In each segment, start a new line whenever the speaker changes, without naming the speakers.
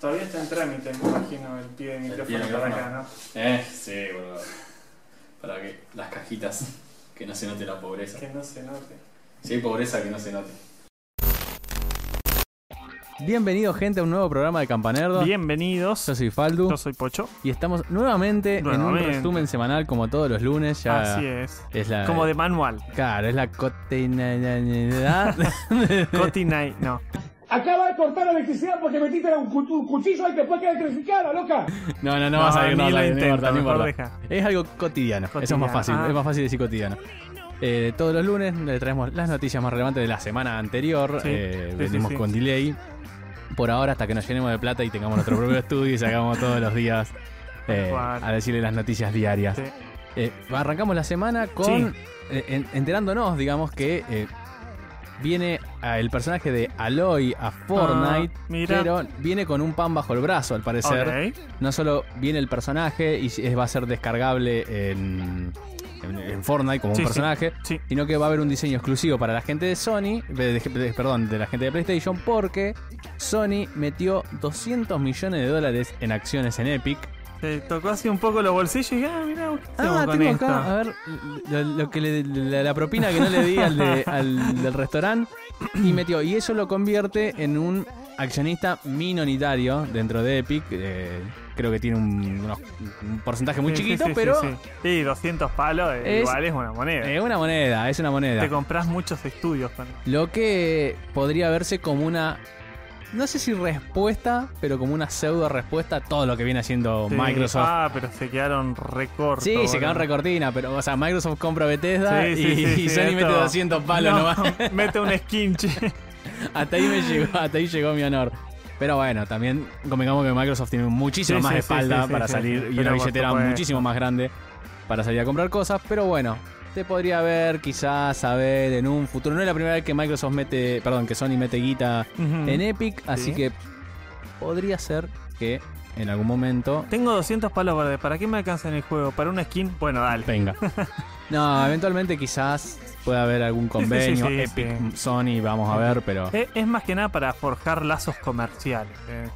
Todavía está en trámite, me imagino, el pie
pie
de
de
micrófono para acá, ¿no?
Eh, sí, boludo. Para que las cajitas, que no se note la pobreza.
Que no se note.
Si hay pobreza, que no se note.
Bienvenido gente a un nuevo programa de Campanerdo.
Bienvenidos.
Yo soy Faldu
Yo soy Pocho.
y estamos nuevamente, en un
Nuevamente.
resumen semanal como todos los lunes. Ya
Así es.
es la
Como de manual.
claro, es la cotidianidad.
Coti Night, no.
Acaba de cortar la electricidad porque metiste un cu- un cuchillo ahí que después queda electrificada, loca.
no, no, no, vas a ir, no,
ni
vas a
lo
ir, no
intento,
importa, no
mejor
importa.
deja.
Es algo cotidiano, eso es más
Cotidiano,
fácil,
ah.
es más fácil decir cotidiano. Eh, todos los lunes le traemos las noticias más relevantes de la semana anterior,
Sí,
eh,
sí, sí,
venimos
sí.
con delay. Por ahora, hasta que nos llenemos de plata y tengamos nuestro propio estudio y sacamos todos los días eh,
cual.
a decirle las noticias diarias.
Sí.
Eh, arrancamos la semana con
Sí.
eh, en- enterándonos, digamos, que eh, viene ah, el personaje de Aloy a Fortnite,
Ah, mira.
pero viene con un pan bajo el brazo, al parecer.
Ok.
No solo viene el personaje y es- va a ser descargable en, en- en Fortnite como
Sí,
un
sí.
personaje,
Sí.
sino que va a haber un diseño exclusivo para la gente de Sony, de- de- de- perdón, de la gente de PlayStation, porque Sony metió 200 millones de dólares en acciones en Epic.
Te tocó así un poco los bolsillos y dije, ah, mirá, ¿qué hacemos
Ah,
con
tengo
esto?
acá, a ver, lo, lo que le- la, la propina que no le di al, de- al del restaurante y metió. Y eso lo convierte en un accionista minoritario dentro de Epic. eh, creo que tiene un, unos- un porcentaje muy
Sí, sí,
chiquito,
sí, sí,
pero
Sí, Sí, 200 palos, eh,
Es- Eh,
igual es una moneda.
es una moneda, es una
Te
moneda.
compras muchos estudios con.
Lo que podría verse como una... No sé si respuesta, pero como una pseudo respuesta a todo lo que viene haciendo
Sí.
Microsoft.
Ah, pero se quedaron recortos.
Sí, se quedaron recortina, pero, o sea, Microsoft compra Bethesda y, y Sony mete 200 palos nomás.
Mete un esquinche.
Hasta ahí me llegó, hasta ahí llegó mi honor. Pero bueno, también convengamos que Microsoft tiene muchísimo
Sí,
más
sí,
espalda
sí, sí,
para
sí,
salir
sí.
y
Pero
una
por
billetera
supuesto.
muchísimo más grande para salir a comprar cosas. Pero bueno, te podría ver quizás a ver en un futuro. No es la primera vez que Microsoft mete, perdón, que Sony mete guita
Ujú.
en Epic, así
Mm. Sí.
que podría ser que en algún momento
Tengo 200 palos verdes. ¿Para qué me alcanza en el juego? ¿Para una skin? Bueno, dale.
venga. No, eventualmente quizás pueda haber algún
sí,
convenio
sí,
Epic,
sí.
Sony, vamos a ver, pero
Eh, Es, más que nada para forjar lazos comerciales. eh.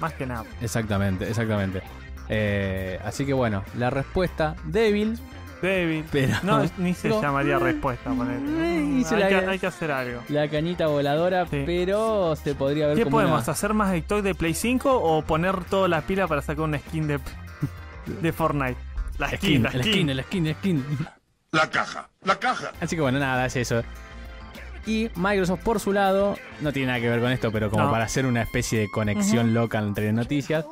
Más que nada.
Exactamente, exactamente. Eh, así que bueno, la respuesta débil,
Débil.
pero
No, ni se
Digo,
llamaría respuesta. ponele.
eh, hice
hay,
la-
que, hay que hacer algo.
la cañita voladora,
Sí.
pero se podría ver
¿Qué
como
podemos
una-
hacer más TikTok de Play 5 o poner todas las pilas para sacar una skin de, de Fortnite? La
la
skin,
skin,
la
la skin,
skin.
la skin, la skin.
La caja, la caja.
Así que bueno, nada, es eso. Y Microsoft por su lado, no tiene nada que ver con esto, pero como
No.
para hacer una especie de conexión local entre noticias,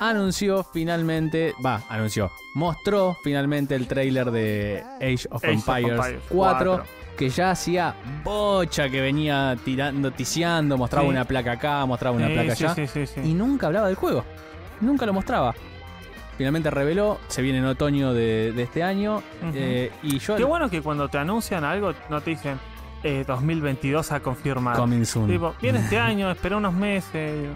anunció finalmente, va, anunció, mostró finalmente el tráiler de Age of
Age of
Empires
Empires
4,
4.
que ya hacía bocha que venía tirando, ticiando, mostraba
Sí.
una placa acá, mostraba una
Sí,
placa
sí,
allá,
sí, sí, sí.
y nunca hablaba del juego, nunca lo mostraba. Finalmente reveló, se viene en otoño de, de este año,
Ujú.
eh, y yo...
Qué bueno que cuando te anuncian algo no te dicen eh, 2022 a confirmar.
Coming soon.
Tipo, viene este año, espera unos meses.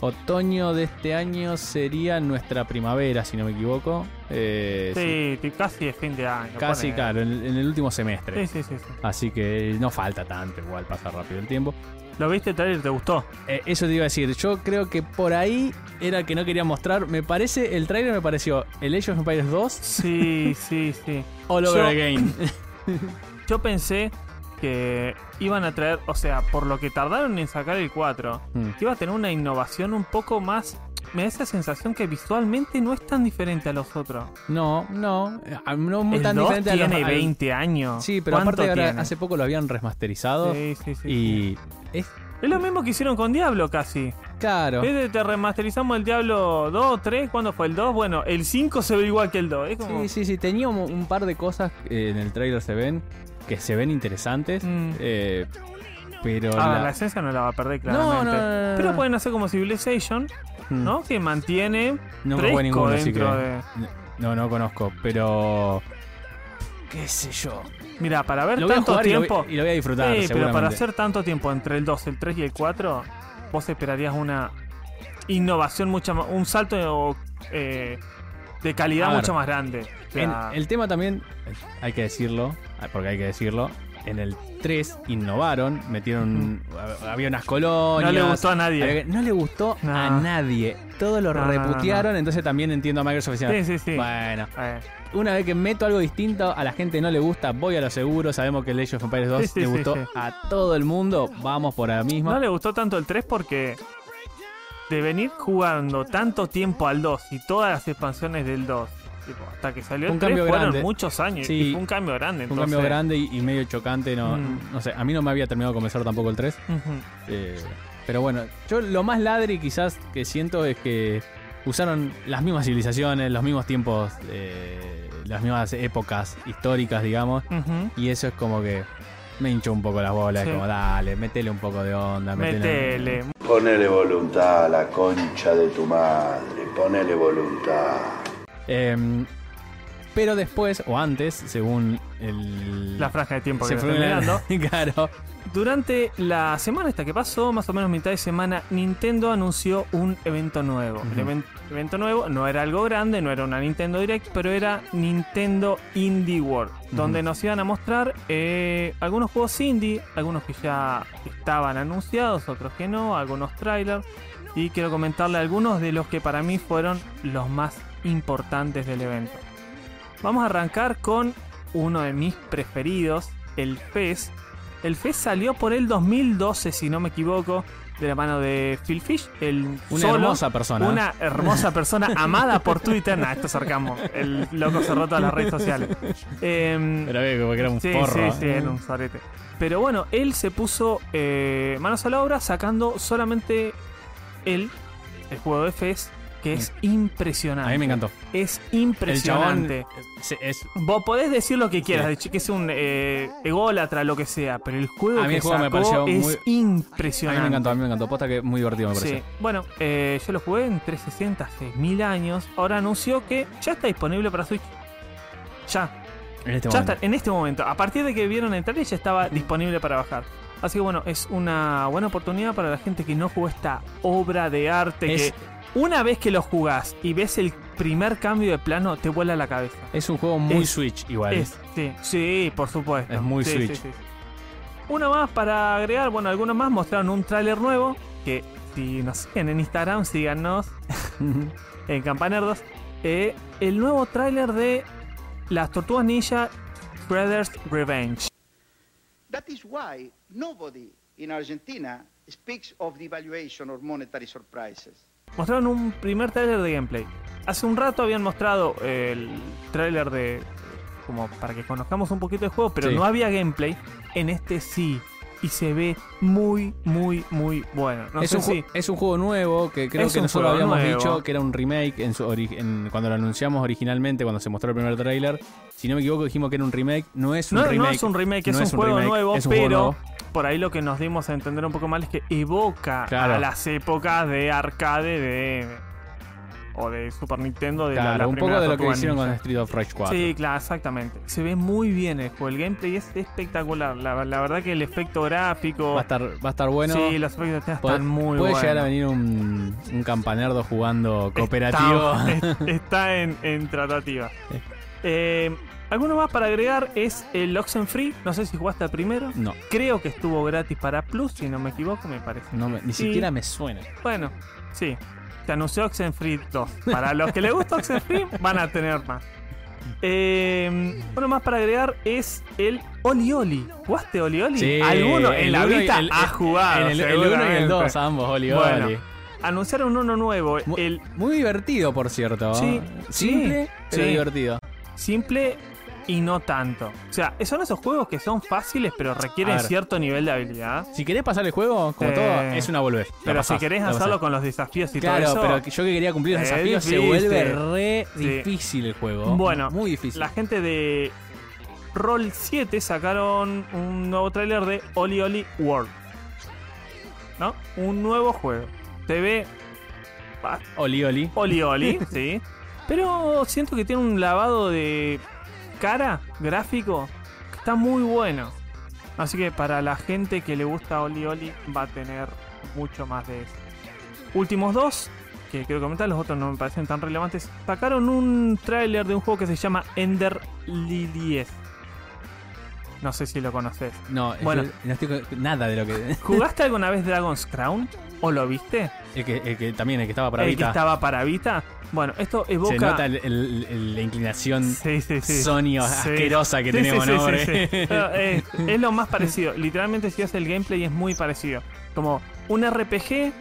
Otoño de este año sería nuestra primavera, si no me equivoco. Eh, sí,
Sí, ti- casi es fin de año.
Casi,
ponele.
claro, en, en el último
Sí,
semestre.
sí, sí, sí.
Así que eh, no falta tanto, igual pasa rápido el tiempo.
¿Lo viste el trailer? ¿Te gustó?
Eh, eso te iba a decir, yo creo que por ahí era el que no quería mostrar. Me parece, el trailer me pareció el Age of Empires 2
Sí, sí, sí.
All Over
Yo-
Again.
Yo pensé que iban a traer, o sea, por lo que tardaron en sacar el 4,
Mm.
que iba a tener una innovación un poco más. Me da esa sensación que visualmente no es tan diferente a los otros.
No, no, eh, no muy
el
tan
2
diferente a los-
tiene
al-
20 años.
Sí, pero aparte
¿Cuánto
ahora
tiene?
hace poco lo habían remasterizado
Sí, sí, sí, sí.
y es
Es lo mismo que hicieron con Diablo casi.
caro.
Es de, te remasterizamos el Diablo 2, 3, ¿cuándo fue el 2? Bueno, el 5 se ve igual que el 2. Es como...
Sí, sí, sí. Tenía un, un par de cosas eh, en el trailer se ven que se ven interesantes.
Mm.
eh, pero
Ahora,
la-
Ah, la esencia no la va a perder
No, no,
claramente.
no, no,
Pero
no.
pueden hacer como Civilization,
Mm.
¿no? Que mantiene
No me
fresco
jugué ninguno, así
dentro
que-
de...
no, no conozco, pero qué sé yo.
Mira, para ver
Lo voy a
tanto
jugar y lo,
tiempo...
voy, y lo voy a disfrutar
Sí, pero para
seguramente.
hacer tanto tiempo entre el 2, el 3 y el 4, vos esperarías una innovación mucha más... Un salto eh, de calidad
A ver.
mucho más grande. O
En-
sea,
el tema también, eh, hay que decirlo, ah, porque hay que decirlo, En el 3 innovaron, metieron. Había unas colonias.
No le gustó a nadie.
había- no le gustó
No.
a nadie. Todos lo
No, no, no,
reputearon, entonces también entiendo a Microsoft diciendo,
Sí, sí, sí.
Bueno,
A ver.
una vez que meto algo distinto, a la gente no le gusta, voy a lo seguro. Sabemos que el Age of Empires 2
Sí, sí,
le
sí,
gustó
sí.
a todo el mundo. Vamos por la misma.
No le gustó tanto el 3 porque de venir jugando tanto tiempo al 2 y todas las expansiones del 2, tipo, hasta que salió
Un
el 3
cambio
fueron
grande.
muchos años
Sí.
y fue un cambio grande.
un cambio
entonces-
grande y, y medio chocante. No,
Mm.
no sé, a mí no me había terminado de convencer tampoco el 3.
Ujú.
Eh, pero bueno, yo lo más ladri quizás que siento es que usaron las mismas civilizaciones, los mismos tiempos, eh, las mismas épocas históricas, digamos.
Ujú.
Y eso es como que me hinchó un poco las bolas.
Sí.
Como, dale, métele un poco de onda. métele-
Metele.
Ponele voluntad a la concha de tu madre, ponele voluntad.
Eh, pero después, o antes, según el...
La franja de tiempo que
se fue
estoy mirando.
Claro.
Durante la semana esta que pasó, más o menos mitad de semana, Nintendo anunció un evento nuevo. El even- evento nuevo no era algo grande, no era una Nintendo Direct, pero era Nintendo Indie World, donde nos iban a mostrar eh, algunos juegos indie, algunos que ya estaban anunciados, otros que no, algunos trailers. Y quiero comentarle algunos de los que para mí fueron los más importantes del evento. Vamos a arrancar con uno de mis preferidos, el Fez. El Fez salió por el 2012, si no me equivoco, de la mano de Phil Fish, el
Una
solo,
hermosa persona.
Una hermosa persona amada por Twitter. Nah, esto cercamos. El loco cerró todas las redes sociales. Em,
Pero eh, como que era un
sí,
forro. ¿eh?
sí, sí, era un sorete. Pero bueno, él se puso eh, manos a la obra sacando solamente él, el juego de Fez, que es impresionante.
Mm. A mí me encantó.
Es
El chabón
impresionante.
es- es
Vos podés decir lo que quieras,
Sí.
de che- que es un eh, ególatra, lo que sea, pero el juego
A mí
que
el juego me
sacó
pareció
es
muy- A
impresionante.
mí me encantó, a mí me encantó. Posta que muy divertido me pareció.
Sí. Bueno, eh, yo lo jugué en 360 hace mil años. Ahora anunció que ya está disponible para Switch. Ya,
En este
ya
momento.
está, en este momento. A partir de que vieron el trailer ya estaba disponible para bajar. Así que bueno, es una buena oportunidad para la gente que no jugó esta obra de arte
Es-
que una vez que lo jugás y ves el primer cambio de plano, te vuela la cabeza.
Es un juego muy
Es-
Switch igual.
Es- sí, sí, por supuesto.
Es muy
Sí,
Switch.
sí, sí. Una más para agregar, bueno, algunos más mostraron un tráiler nuevo que si nos siguen en Instagram, síganos en Campanerdos, eh, el nuevo tráiler de Las Tortugas Ninja Brothers Revenge.
That is why nobody in Argentina speaks of devaluation or monetary surprises.
Mostraron un primer tráiler de gameplay. Hace un rato habían mostrado el tráiler de... como para que conozcamos un poquito el juego, pero
Sí.
no había gameplay. En este sí. Y se ve muy, muy, muy bueno. No
es,
sé
un ju-
si-
es un juego nuevo que creo
Es
que
un
nosotros
juego
habíamos
nuevo.
dicho que era un remake en su ori- en- cuando lo anunciamos originalmente, cuando se mostró el primer tráiler. Si no me equivoco, dijimos que era un remake. No es un
No,
remake.
no es un remake,
no
es, un juego
remake,
nuevo,
es un
pero
juego nuevo.
por ahí lo que nos dimos a entender un poco mal es que evoca
Claro.
a las épocas de arcade de. o de Super Nintendo de la-
Claro,
la
un poco
primera
de lo que
Tortuga
hicieron con
Ninja.
Street of Rage 4.
Sí, claro, exactamente. Se ve muy bien el juego, el gameplay es espectacular. La, la verdad que el efecto gráfico.
Va a estar, va a estar bueno.
sí, los efectos están
Pod-
muy
puede
buenos.
llegar a venir un, un campanerdo jugando cooperativo.
Está, es- está en, en tratativa. Eh, alguno más para agregar es el Oxenfree. No sé si jugaste al primero.
no,
Creo que estuvo gratis para Plus, si no me equivoco, me parece.
no me- ni
Y-
siquiera me suena.
Bueno, sí. Te anunció Oxenfree 2. Para los que les gusta Oxenfree, van a tener más. Eh, uno más para agregar es el Oli Oli. ¿Jugaste Oli Oli?
Sí,
Alguno en
el
la
uno y
vista
el-
ha jugado.
En el, el uno y el
seguramente.
2, ambos, Oli
Bueno,
Oli.
Anunciaron uno nuevo,
Mu-
el
Muy divertido, por cierto.
Sí,
Simple,
sí,
pero
sí.
divertido.
simple y no tanto. O sea, son esos juegos que son fáciles pero
A
requieren
ver.
cierto nivel de habilidad.
Si querés pasar el juego, como
Sí.
todo, es una volvés.
Eh, Pero si querés hacerlo con los desafíos y
Claro,
todo eso,
pero que yo que quería cumplir los
Es
desafíos, se
difícil.
vuelve re
Sí.
difícil el juego.
Bueno,
muy difícil.
La gente de Roll 7 sacaron un nuevo tráiler de Oli Oli World. ¿No? Un nuevo juego. Se ve ah,
Oli Oli.
Oli Oli, sí. Pero siento que tiene un lavado de cara gráfico que está muy bueno. Así que para la gente que le gusta Oli Oli va a tener mucho más de eso. Últimos dos, que quiero comentar, los otros no me parecen tan relevantes. Sacaron un tráiler de un juego que se llama Ender Lilies. No sé si lo conoces.
No,
Bueno.
yo no estoy con- nada de lo que.
¿Jugaste alguna vez Dragon's Crown? ¿O lo viste?
El que, el que también, el que estaba para
El que estaba para Vita. Bueno, esto evoca.
Se nota el- el- el- la inclinación
Sí, sí, sí.
Sony
Sí.
asquerosa que
Sí,
tenemos,
sí, sí,
¿no?
sí,
Bre?
sí. No, eh, es lo más parecido. Literalmente, si haces el gameplay, es muy parecido. Como un RPG,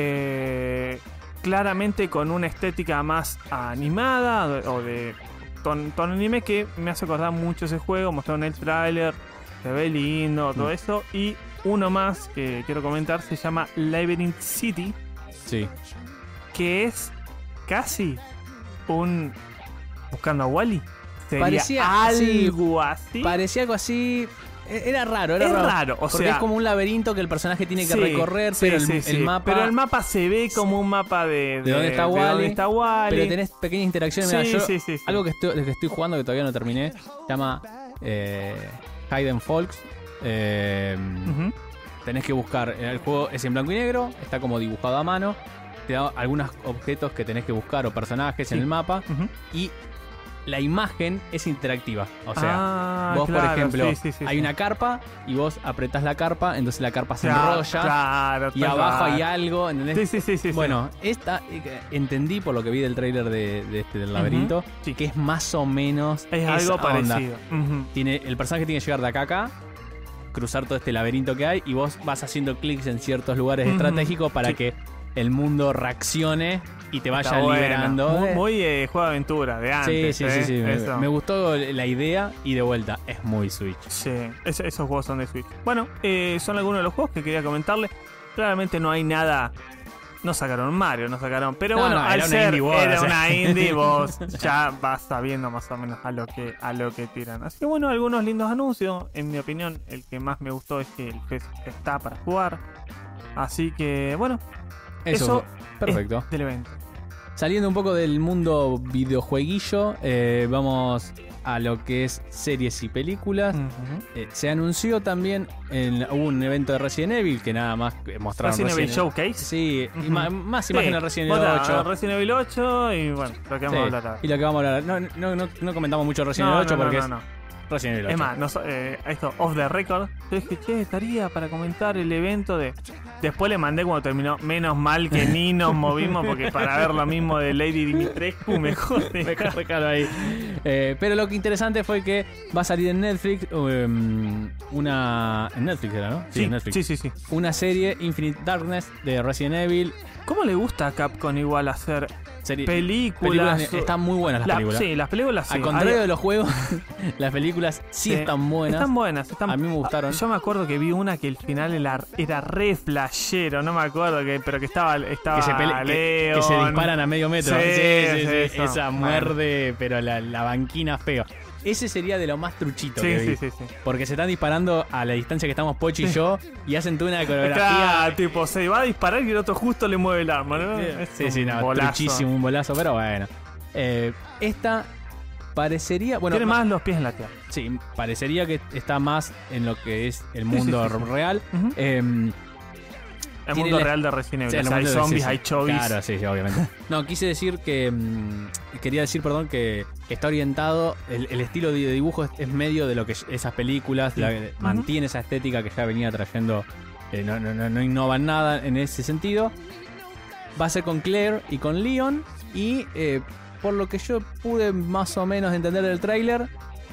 eh, claramente con una estética más animada o de- o de ton- tono anime que me hace acordar mucho ese juego. Mostraron el tráiler, se ve lindo,
Mm.
todo eso. Y uno más que quiero comentar se llama Labyrinth City
Sí.
que es casi un buscando a Wally. Sería
Parecía-
algo así.
Parecía algo así. e- Era raro, era
Es
raro.
raro, o
porque
sea-
es como un laberinto que el personaje tiene que
Sí,
recorrer,
sí,
pero el,
sí,
el
sí.
mapa.
Pero el mapa se ve como un mapa de,
¿De dónde está Wally?
está Wally.
Pero tenés pequeñas interacciones.
Sí,
Mirá, yo-
sí, sí, sí.
Algo que estoy, de que estoy jugando que todavía no terminé. Se llama eh, Hidden Folks. Eh,
Ujú.
Tenés que buscar. eh, El juego es en blanco y negro. Está como dibujado a mano. Te da algunos objetos que tenés que buscar o personajes en
Sí.
el mapa.
Ujú.
Y la imagen es interactiva. O sea.
Ah,
Vos, por
claro,
ejemplo,
sí, sí, sí,
hay
sí.
una carpa y vos apretás la carpa, entonces la carpa se
Claro,
enrolla
claro,
y
tal
abajo
cual.
hay algo, ¿entendés?
Sí, sí, sí, sí, sí.
Bueno, esta eh, entendí por lo que vi del tráiler de, de este del
Ujú,
laberinto
sí.
que es más o menos
es
esa
algo
onda.
parecido. Ujú.
Tiene el personaje tiene que llegar de acá a acá, cruzar todo este laberinto que hay y vos vas haciendo clics en ciertos lugares
Ujú,
estratégicos para
sí.
que el mundo reaccione y te vaya
Está bueno.
liberando.
Muy,
Eh,
muy, eh, juego de aventura de
sí,
antes.
sí,
eh,
sí, sí, me-
eso.
Me, gustó la idea y de vuelta es muy Switch.
Sí, es- esos juegos son de Switch. Bueno, eh, son algunos de los juegos que quería comentarles. Claramente no hay nada. No sacaron Mario, no sacaron. Pero
No,
bueno,
no,
al
era una
ser
indie board,
era
o sea.
una indie, vos ya vas sabiendo más o menos a lo que a lo que tiran. Así que bueno, algunos lindos anuncios. En mi opinión, el que más me gustó es que el PES está para jugar. Así que bueno, Eso
fue. perfecto.
es del evento.
Saliendo un poco del mundo videojueguillo, eh, vamos a lo que es series y películas.
Ujú.
Eh, se anunció también, en, hubo un evento de Resident Evil que nada más que mostraron
Resident Evil
recién-
Showcase.
Sí,
Ujú.
ima- más imágenes de Resident Evil
Bueno,
8.
Resident Evil 8 y bueno, lo que vamos
Sí,
a hablar ahora.
y lo que vamos a hablar. No, no, no, no comentamos mucho Resident
No,
Evil 8
no, no, no,
porque
no.
es Resident Evil 8.
Es más, no so- eh, esto, off the record, yo dije, che, estaría para comentar el evento de... Después le mandé cuando terminó, menos mal que ni nos movimos porque para ver lo mismo de Lady Dimitrescu, mejor
Me
dejar.
cagaron ahí. Eh, pero lo que interesante fue que va a salir en Netflix um, una. En Netflix era, ¿no? en Netflix.
sí, sí, sí.
Una serie Infinite Darkness de Resident Evil.
¿Cómo le gusta a Capcom igual hacer
Serie,
películas?
películas están muy buenas las
La-
películas.
Sí, las películas sí.
Al contrario
Hay-
de los juegos, las películas sí,
sí.
están buenas.
Están buenas, están Ah,
A mí me gustaron.
Yo me acuerdo que vi una que el final era, era re flashero, no me acuerdo, que, pero que estaba, estaba
que, se pele- que- que se
Leon.
disparan a medio metro.
Ah, Sí,
Sí, sí,
sí,
sí.
eso. Ah.
Esa muerde, pero la, la banquina feo. Ese sería de lo más truchito
Sí,
que
sí,
vi.
sí, sí.
Porque se están disparando a la distancia que estamos Pochi y yo y hacen toda una
Claro,
coreografía.
tipo, se va a disparar y el otro justo le mueve el arma, ¿no? Es
Sí, sí,
un
no,
bolazo.
truchísimo, un bolazo, pero bueno. Eh, esta parecería. Bueno,
Tiene más los pies en la tierra.
Sí, parecería que está más en lo que es el mundo
sí, sí, sí.
real.
Ujú.
Em,
El
Tiene
mundo
la-
real de Resident Evil.
Sí,
o
el
sea, hay
mundo de-
zombies,
sí, sí.
hay chovis.
Claro, sí, sí, obviamente. No, quise decir que. mm, quería decir, perdón, que está orientado. El, el estilo de dibujo es, es medio de lo que esas películas. la- eh, mantiene esa estética que ya venía trayendo. eh, no, no, no, no innovan nada en ese sentido. Va a ser con Claire y con Leon. Y eh, por lo que yo pude más o menos entender del tráiler.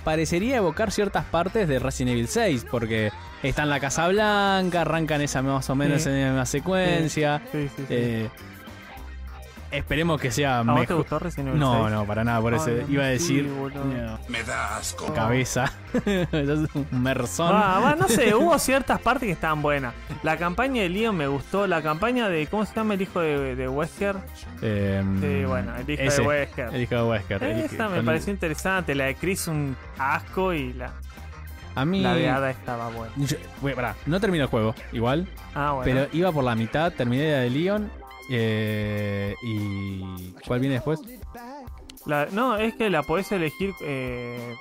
Parecería evocar ciertas partes de Resident Evil 6, porque está en la Casa Blanca, arrancan esa más o menos
Sí.
en la misma secuencia.
Sí, sí, sí.
Eh, esperemos que sea
¿A vos te
mejor.
gustó Resident Evil
No,
6?
no, para nada, por eso
Ay, no,
iba a decir
sí, boludo.
no,
Me da asco.
cabeza. Sos un merzón.
Ah, va, no sé, hubo ciertas partes que estaban buenas. La campaña de Leon me gustó. La campaña de. ¿Cómo se llama el hijo de, de Wesker?
Eh,
Sí, bueno, el hijo
ese,
de Wesker.
El hijo de Wesker. el que-
Esa me
con-
pareció interesante. La de Chris, un asco. Y la,
A mí.
la de Ada estaba buena.
yo- bueno, pará, no terminó el juego, igual.
Ah, bueno.
Pero iba por la mitad, terminé la de Leon. eh, y. ¿Cuál viene después?
La- no, es que la podés elegir eh,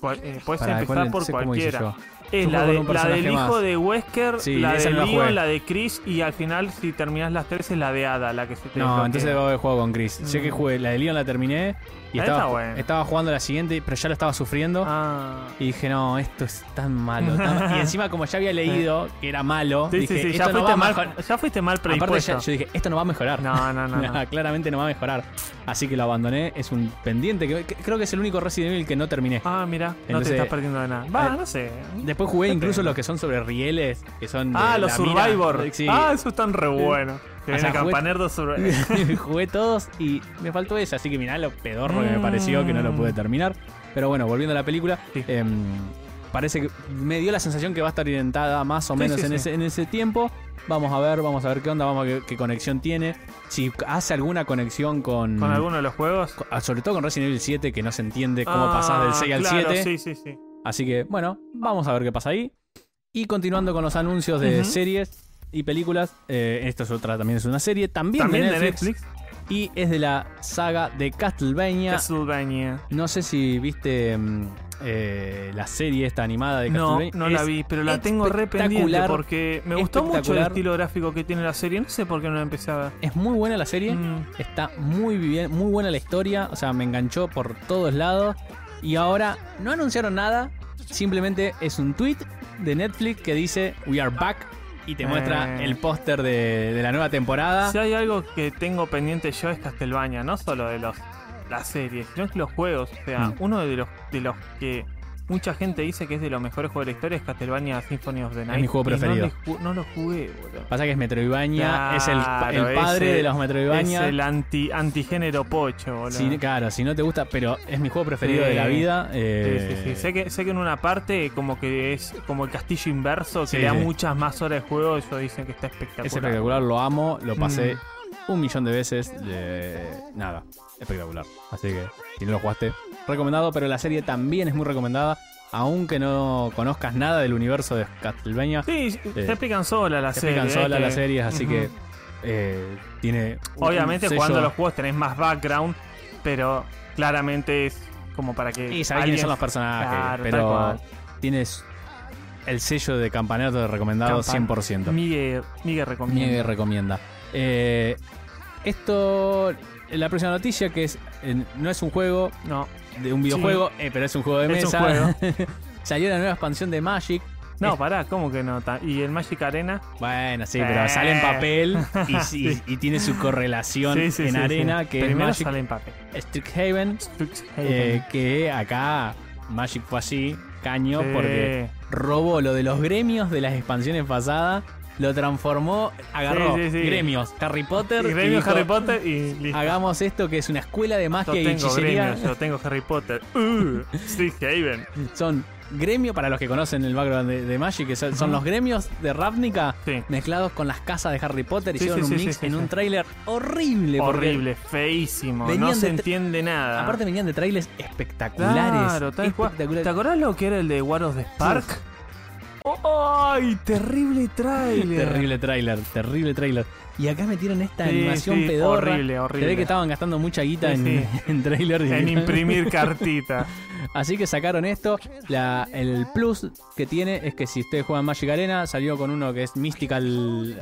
Cual- eh, puedes
Pará,
empezar
¿cuál es?
por
Sé cómo hice
cualquiera.
yo.
Es
Yo
la,
juego
de-
con un
la del
personaje
hijo
más.
de Wesker,
Sí,
la
esa
de
no la
Leon,
jugué.
la de Chris y al final si terminas las tres es la de Ada, la que se te
No,
desbloquea.
entonces debo haber jugado con Chris. Sé que jugué, la de Leon la terminé y
Ah,
estaba,
está bueno.
estaba jugando la siguiente, pero ya lo estaba sufriendo.
Ah.
Y dije, no, esto es tan malo. tan ma-". Y encima, como ya había leído que era malo,
Sí, sí,
dije,
sí, ya
esto no va
fuiste,
a
mal,
mejorar".
ya fuiste mal
Aparte,
predispuesto.
ya- yo dije, esto no va a mejorar.
No,
Ah,
no, no, no.
Claramente no va a mejorar. Así que lo abandoné. Es un pendiente. que- que- creo que es el único Resident Evil que no terminé.
Ah, mira, no
Entonces-
te estás perdiendo de nada. Va,
Ah,
no sé.
Después jugué
Qué
incluso
pena.
los que son sobre rieles, que son. de
Ah, los
la mina.
Survivor.
Sí.
Ah, esos están re buenos. Te
O
viene
sea, jugué-
Campanerdo sobre.
jugué todos y me faltó esa, así que mirá lo pedorro que me
Mm.
pareció que no lo pude terminar. Pero bueno, volviendo a la película,
Sí.
em, parece que me dio la sensación que va a estar orientada más o
Sí,
menos
sí,
en,
sí.
Ese, en ese tiempo. Vamos a ver, vamos a ver qué onda, vamos a ver qué, qué conexión tiene. Si hace alguna conexión con.
¿Con alguno de los juegos?
con- ah, Sobre todo con Resident Evil 7, que no se entiende cómo
Ah,
pasás del 6 al
claro,
7.
Sí, sí, sí.
Así que, bueno, vamos a ver qué pasa ahí. Y continuando con los anuncios de
Ujú.
series y películas, eh, esto es otra, también es una serie, también,
También
de Netflix
de Netflix.
y es de la saga de Castlevania.
Castlevania.
No sé si viste mm, eh, la serie esta animada de
No,
Castlevania.
no la vi, pero la tengo re pendiente
espectacular,
porque me gustó mucho el
espectacular.
estilo gráfico que tiene la serie. No sé por qué no la empecé a ver.
Es muy buena la serie.
Mm,
Está muy bien, muy buena la historia. O sea, me enganchó por todos lados. Y ahora no anunciaron nada. Simplemente es un tweet de Netflix que dice We are back. Y te
Eh.
muestra el póster de, de la nueva temporada.
Si hay algo que tengo pendiente yo es Castlevania, no solo de los las series, sino que los juegos. O sea,
Mm.
uno de los de los que mucha gente dice que es de los mejores juegos de la historia es Castlevania Symphony of the Night.
mi juego
y no
preferido.
le ju- No, lo jugué, boludo.
Pasa que es Metroidvania. es el, pa- el
Claro,
padre
ese-
de los Metroidvania.
Es el anti antigénero pocho, boludo.
Si- claro, si no te gusta, pero es mi juego preferido
Sí.
de la vida.
Sí,
eh,
sí, sí. Sé que, sé que en una parte como que es como el castillo inverso, que
Sí,
le da
sí.
muchas más horas de juego, ellos dicen que está espectacular.
Es espectacular, lo amo,
Mm.
lo pasé un millón de veces. eh, nada, espectacular. Así que, si no lo jugaste, recomendado, pero la serie también es muy recomendada. Aunque no conozcas nada del universo de Castlevania,
Sí, te explican sola la
se
serie.
explican
eh,
sola
que-
las series, así
Ujú.
que eh, tiene. un
Obviamente
sello-
cuando los juegos tenés más background, pero claramente es como para que...
Y sabés quiénes son los personajes,
Claro, tal
pero
cual.
tienes el sello de campanato de recomendado
Campan-
100%.
Miguel, Miguel recomienda.
Niegue recomienda. Eh, esto, la próxima noticia que es, eh, no es un juego
No,
de un videojuego, eh, pero es un juego de
Es un
mesa. Salió la nueva expansión de Magic.
no,
Es-
pará, ¿cómo que no? Ta- ¿Y el Magic Arena?
Bueno, sí,
Eh.
pero sale en papel y, y- y tiene su correlación
Sí, sí,
en
sí,
arena
sí.
que
Primero
es Magic
sale en papel.
Strixhaven, eh, que acá Magic fue así, caño,
Sí.
porque robó lo de los gremios de las expansiones pasadas, lo transformó, agarró
sí, sí.
gremios, Harry Potter,
Y
y
gremio
dijo,
Harry Potter y listo.
Hagamos esto que es una escuela de
Yo
magia y
tengo
hechicería.
gremio, yo tengo Harry Potter. Uh, Strixhaven.
Son gremio, para los que conocen el background de, de Magic, que son, son
Ujú.
los gremios de Ravnica
Sí.
mezclados con las casas de Harry Potter.
Sí,
Hicieron
sí,
un
sí,
mix
sí, sí,
en
sí.
un tráiler horrible. porque
Horrible, feísimo.
Venían
No se
de tre-
entiende nada.
Aparte venían de trailers espectaculares.
claro, tal cual.
espectaculares.
¿Te acordás lo que era el de War of the Spark? ¡Ay! Terrible trailer.
Terrible tráiler, terrible tráiler. Y acá metieron esta
Sí,
animación
sí,
pedorra.
horrible, horrible.
Se ve que estaban gastando mucha guita
Sí,
en,
sí.
en tráiler. y-
En imprimir cartita.
Así que sacaron esto. La- el plus que tiene es que si ustedes juegan Magic Arena, salió con uno que es Mystical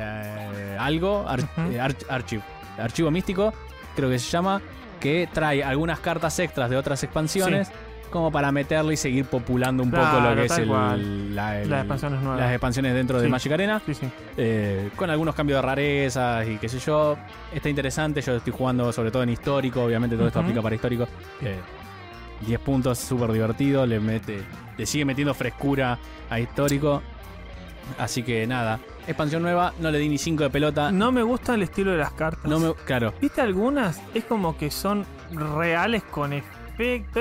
eh, algo, ar-
Ujú.
eh, arch- archive, archivo místico, creo que se llama, que trae algunas cartas extras de otras expansiones. Como para meterle y seguir populando un poco
Claro,
lo que es
tal
el-
cual.
la- el-
Las expansiones nuevas.
las expansiones dentro de
Sí.
Magic Arena.
Sí, sí.
Eh, con algunos cambios de rarezas y qué sé yo. Está interesante, yo estoy jugando sobre todo en histórico, obviamente todo esto
Ujú.
aplica para histórico. Eh, 10 puntos, súper divertido, le, mete, le sigue metiendo frescura a histórico. Así que nada, expansión nueva, no le di ni 5 de pelota. No,
No me gusta el estilo de las cartas.
me, claro,
¿Viste algunas? Es como que son reales con efecto.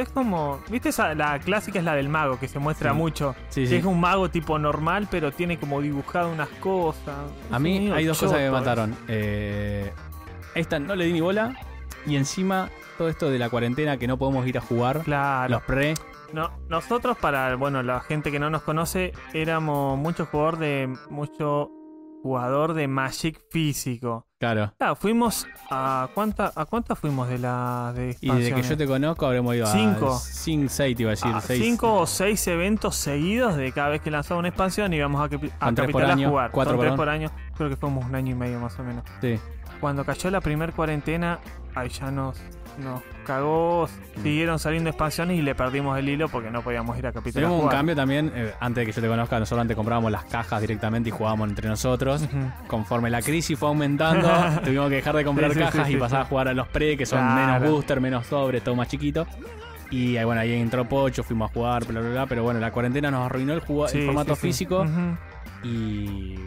Es como. ¿Viste esa, la clásica es la del mago que se muestra
Sí.
mucho?
sí,
Que
sí.
Es un mago tipo normal, pero tiene como dibujado unas cosas.
A
Es
mí
medio
hay dos cosas que me
choto,
mataron. Eh, esta no le di ni bola y encima todo esto de la cuarentena que no podemos ir a jugar.
Claro.
Los pre,
No, nosotros, para bueno, la gente que no nos conoce, éramos muchos jugadores de mucho jugador de Magic físico.
Claro.
Claro, fuimos a cuánta, a cuántas fuimos de la de
Y desde que yo te conozco habremos ido a.
eh. Cinco.
5, 6 te iba a decir.
a
seis.
cinco o seis eventos seguidos de cada vez que lanzaba una expansión íbamos a, capi- a
Con tres por
Capital
año,
a jugar.
cuatro,
Con tres
perdón.
por año, creo que fuimos un año y medio más o menos.
Sí.
Cuando cayó la primer cuarentena, ahí ya nos, nos cagó,
Mm.
siguieron saliendo expansiones y le perdimos el hilo porque no podíamos ir a Capital a
Tenemos un
jugar.
cambio también, eh, antes de que yo te conozca, nosotros antes comprábamos las cajas directamente y jugábamos entre nosotros. Conforme la crisis fue aumentando, tuvimos que dejar de comprar
Sí, sí,
cajas
sí,
y
sí,
pasar a
sí.
jugar a los pre, que son
Claro.
menos booster, menos sobres, todo más chiquito. Y ahí, bueno, ahí entró Pocho, fuimos a jugar, bla, bla, bla. Pero bueno, la cuarentena nos arruinó el, jugo- el
Sí,
formato
sí, sí.
físico.
Ujú.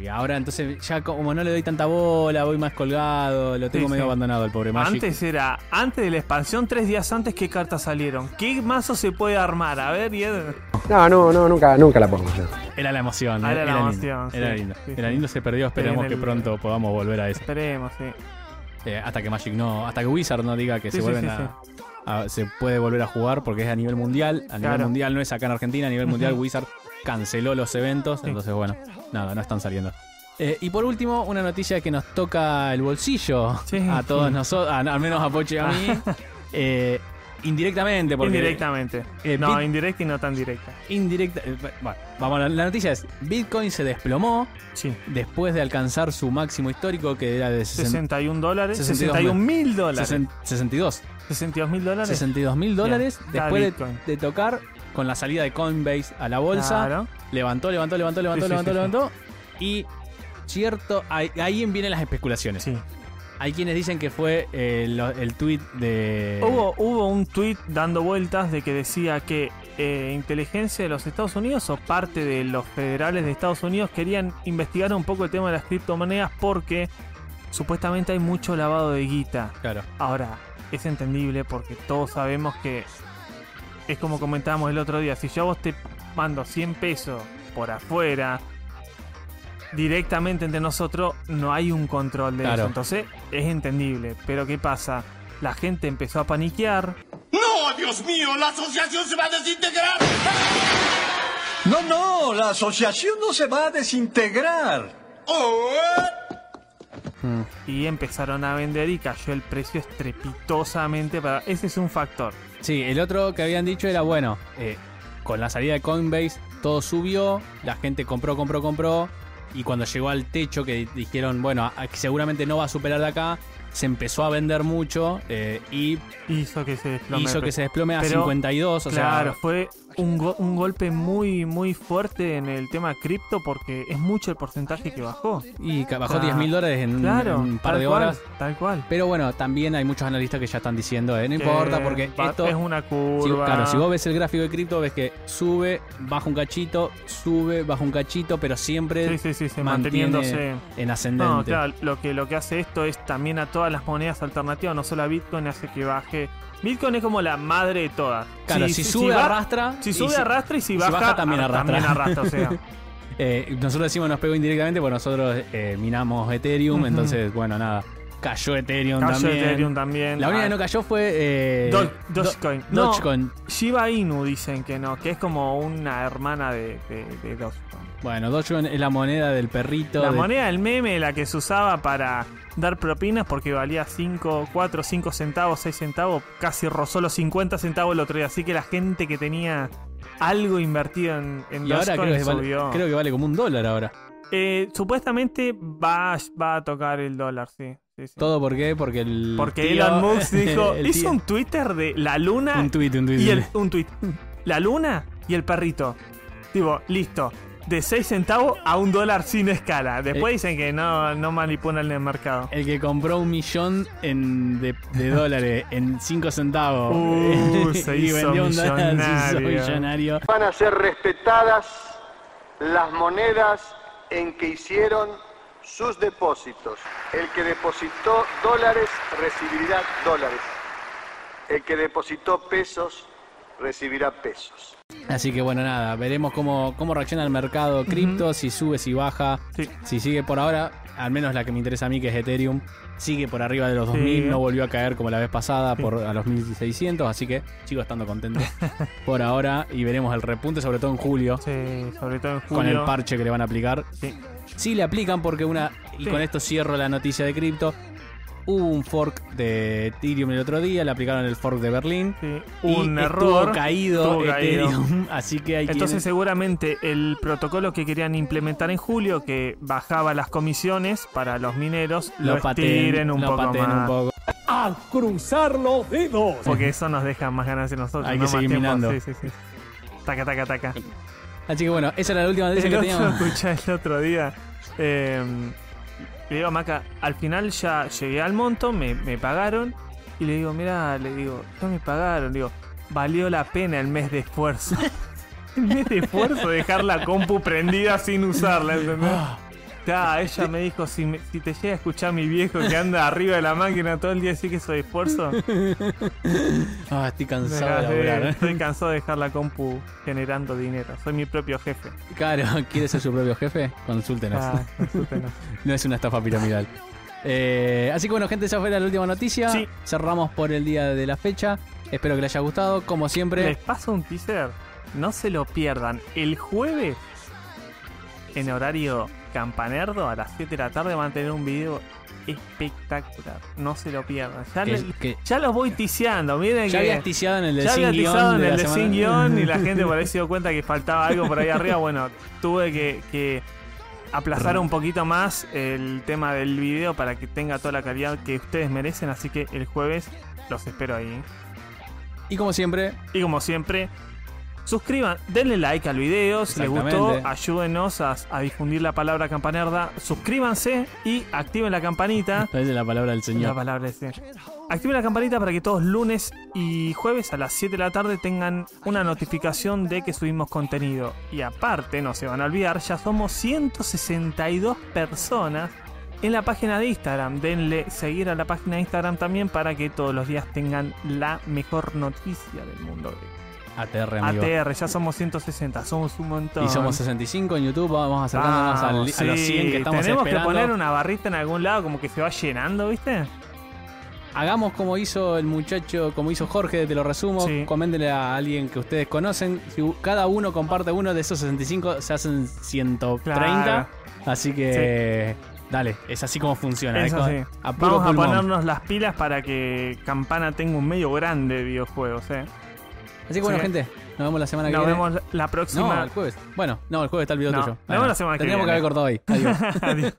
Y ahora entonces ya como no le doy tanta bola, voy más colgado, lo tengo
Sí,
medio
sí.
abandonado el pobre Magic.
Antes era, antes de la expansión, tres días antes, ¿qué cartas salieron? ¿Qué mazo se puede armar? A ver, y es-
No, no, no, nunca, nunca la pongo. no.
Era la emoción,
Ah, Era
era,
la
lindo,
emoción,
era
sí,
lindo.
sí,
Era
sí.
lindo ese perdido, esperemos
En
que
el-
pronto podamos volver a eso.
esperemos, sí.
Eh, hasta que Magic no, hasta que Wizard no diga que
Sí,
se
sí,
vuelven
sí,
a, a- se puede volver a jugar porque es a nivel mundial, a nivel
Claro.
mundial no es acá en Argentina, a nivel mundial Wizard canceló los eventos,
Sí.
entonces bueno, nada, no están saliendo. Eh, y por último, una noticia que nos toca el bolsillo
Sí,
a todos
sí.
nosotros, a- al menos a Poche y a mí, eh, indirectamente, porque
Indirectamente.
eh,
no,
Bit-
indirecta y no tan directa.
indirecta, eh, bueno, vamos, la, la noticia es Bitcoin se desplomó
Sí.
después de alcanzar su máximo histórico que era de 60
61 dólares.
62
61 mil dólares.
62
62 mil dólares.
62 mil dólares
Bien.
después de-
Bitcoin.
de, tocar con la salida de Coinbase a la bolsa.
Claro.
Levantó, levantó, levantó, levantó,
sí,
levantó,
sí.
levantó. Y cierto, ahí, ahí vienen las especulaciones.
Sí.
Hay quienes dicen que fue eh, lo- el tweet de.
Hubo, hubo un tweet dando vueltas de que decía que eh, inteligencia de los Estados Unidos o parte de los federales de Estados Unidos querían investigar un poco el tema de las criptomonedas porque supuestamente hay mucho lavado de guita.
Claro,
Ahora, es entendible porque todos sabemos que es como comentábamos el otro día, si yo a vos te mando 100 pesos por afuera, directamente entre nosotros, no hay un control de
Claro.
eso. Entonces, es entendible. Pero ¿qué pasa? La gente empezó a paniquear.
¡No, Dios mío! ¡La asociación se va a desintegrar!
No, no, la asociación no se va a desintegrar.
¡Oh!
Y empezaron a vender y cayó el precio estrepitosamente para... Ese es un factor.
Sí, el otro que habían dicho era bueno, eh, con la salida de Coinbase todo subió, la gente compró, compró, compró, y cuando llegó al techo que di- dijeron, bueno, a- seguramente no va a superar de acá, se empezó a vender mucho eh, y
Hizo que se desplome el
hizo que
precio.
se desplome a
Pero,
52, o
claro,
sea,
fue un, go- un golpe muy, muy fuerte en el tema cripto porque es mucho el porcentaje que bajó.
y ca- bajó
Ah,
10 mil dólares en, un-
Claro,
en un par
tal
de
cual,
horas.
Tal cual.
Pero bueno, también hay muchos analistas que ya están diciendo, eh, no
Que
importa, porque
va-
esto...
es una
Si-
curva.
claro, si vos ves el gráfico de cripto, ves que sube, baja un cachito, sube, baja un cachito, pero siempre
Sí, sí, sí, sí,
mantiene
manteniéndose.
en ascendente.
No, claro, lo que, lo que hace esto es también a todas las monedas alternativas, no solo a Bitcoin, hace que baje. Bitcoin es como la madre de todas.
Claro, si, sube,
va-
arrastra.
Si
y
sube, arrastra y si, baja,
también
ah,
arrastra.
arrastra, o sea.
Eh, nosotros decimos nos pegó indirectamente porque nosotros eh, minamos Ethereum,
Ujú.
entonces, bueno, nada. Cayó Ethereum
Cayó
también.
Ethereum también.
La única que
Ah,
no cayó fue. Eh,
Dol- Dogecoin.
Do-
No.
Dogecoin.
Shiba Inu dicen que no, que es como una hermana de, de, de Dogecoin.
Bueno, Dogecoin es la moneda del perrito.
La
de-
moneda del meme, la que se usaba para dar propinas porque valía 5, 4, 5 centavos, 6 centavos, casi rozó los 50 centavos el otro día. Así que la gente que tenía algo invertido en, en
Y ahora creo
Dogecoin
que, vale,
subió.
creo que vale como un dólar ahora.
Eh, supuestamente va, a- va a tocar el dólar, sí. sí, sí.
¿Todo por qué? Porque el.
Porque
tío-
Elon Musk dijo,
el
hizo
tío-
un Twitter de la luna
un tweet, un tweet.
y el, un tweet. La luna y el perrito. Digo, listo. De 6 centavos a un dólar sin escala.
Eh.
Después dicen que no, no manipulan el mercado.
El que compró un millón en- de, de dólares en 5 centavos
Uh, se
y
hizo
vendió un dólar, se hizo
millonario.
millonario.
Van a ser respetadas las monedas en que hicieron sus depósitos. El que depositó dólares recibirá dólares. El que depositó pesos recibirá pesos.
Así que bueno, nada, veremos cómo, cómo reacciona el mercado cripto, si sube, si baja.
Sí.
Si sigue por ahora, al menos la que me interesa a mí, que es Ethereum, sigue por arriba de los
Sí.
2000, no volvió a caer como la vez pasada por, a los 1600, así que sigo estando contento por ahora y veremos el repunte, sobre todo en julio,
Sí, sobre todo en julio.
con el parche que le van a aplicar.
Sí.
Sí le aplican porque una. Y
Sí.
con esto cierro la noticia de cripto. Hubo un fork de Ethereum el otro día, le aplicaron el fork de Berlín.
Sí,
y
un
estuvo
error.
caído
estuvo caído.
Ethereum. Así que hay
Entonces
quienes-
seguramente el protocolo que querían implementar en julio, que bajaba las comisiones para los mineros, lo,
lo paten,
estiren un
lo
poco
paten
más.
un poco.
A cruzar los dedos.
Porque eso nos deja más ganas de nosotros.
Hay
¿no?
que
Más
seguir
tiempo.
minando.
Sí, sí, sí. Taca, taca, taca.
Así que bueno, esa era la última noticia
El
que
otro,
teníamos.
escuché el otro día. eh, le digo a Maca, al final ya llegué al monto, me, me pagaron. Y le digo, mira, le digo, no me pagaron. Digo, valió la pena el mes de esfuerzo. el mes de esfuerzo, dejar la compu prendida sin usarla, ¿entendés? Ya, ella me dijo, si, me- si te llega a escuchar mi viejo que anda arriba de la máquina todo el día decir que soy esfuerzo,
Ah,
me
estoy cansado de
cagás de-
laburar. ¿eh?
estoy cansado de dejar la compu generando dinero. Soy mi propio jefe.
¿eh? Claro, ¿quiere ser su propio jefe? Consúltenos.
Ah, discúlpenos.
No es una estafa piramidal. Eh, así que bueno, gente, esa fue la última noticia.
Sí.
Cerramos por el día de la fecha. Espero que les haya gustado. Como
Les
siempre,
paso un teaser. No se lo pierdan. El jueves, en horario campanerdo, a las 7 de la tarde, van a tener un video espectacular. No se lo pierdan. Ya,
que-
le-
que
ya los voy tiseando. Miren
ya
que.
había ticiado en el de
ya había
sin guión
tizado en
de
el
la
de
semana.
sin guión y la gente por ahí se dio cuenta que faltaba algo por ahí arriba. Bueno, tuve que, que aplazar un poquito más el tema del video para que tenga toda la calidad que ustedes merecen. Así que el jueves los espero ahí.
Y como siempre,
Y como siempre, suscriban, denle like al video si les gustó,
Exactamente.
ayúdenos a, a difundir la palabra campanerda, suscríbanse y activen la campanita.
esa es la palabra del
Ah. La
señor.
palabra es, eh, Activen la campanita para que todos lunes y jueves a las 7 de la tarde tengan una notificación de que subimos contenido. Y aparte, no se van a olvidar, ya somos 162 personas en la página de Instagram. Denle seguir a la página de Instagram también para que todos los días tengan la mejor noticia del mundo.
ATR, amigo.
ATR, ya somos 160, somos un montón.
Y somos 65 en YouTube. Vamos acercándonos al-
Vamos,
a los 100
sí,
que estamos
Tenemos
esperando.
que poner una barrita en algún lado como que se va llenando, ¿viste?
Hagamos como hizo el muchacho, como hizo Jorge, te lo resumo.
Sí.
Coméntenle a alguien que ustedes conocen. Si u- cada uno comparte uno de esos 65, se hacen 130.
Claro.
Así que, dale, es así como funciona.
Eso
es con-
sí.
A puro
Vamos a
pulmón.
ponernos las pilas para que Campana tenga un medio grande de videojuegos, ¿eh?
Así que bueno,
Sí.
gente, nos vemos la semana
Nos
que viene.
vemos la
No,
próxima.
el jueves. Bueno, no, el jueves está el video
No,
tuyo.
nos vemos la semana que
Tendríamos que
viene.
haber cortado ahí. Adiós.
Adiós.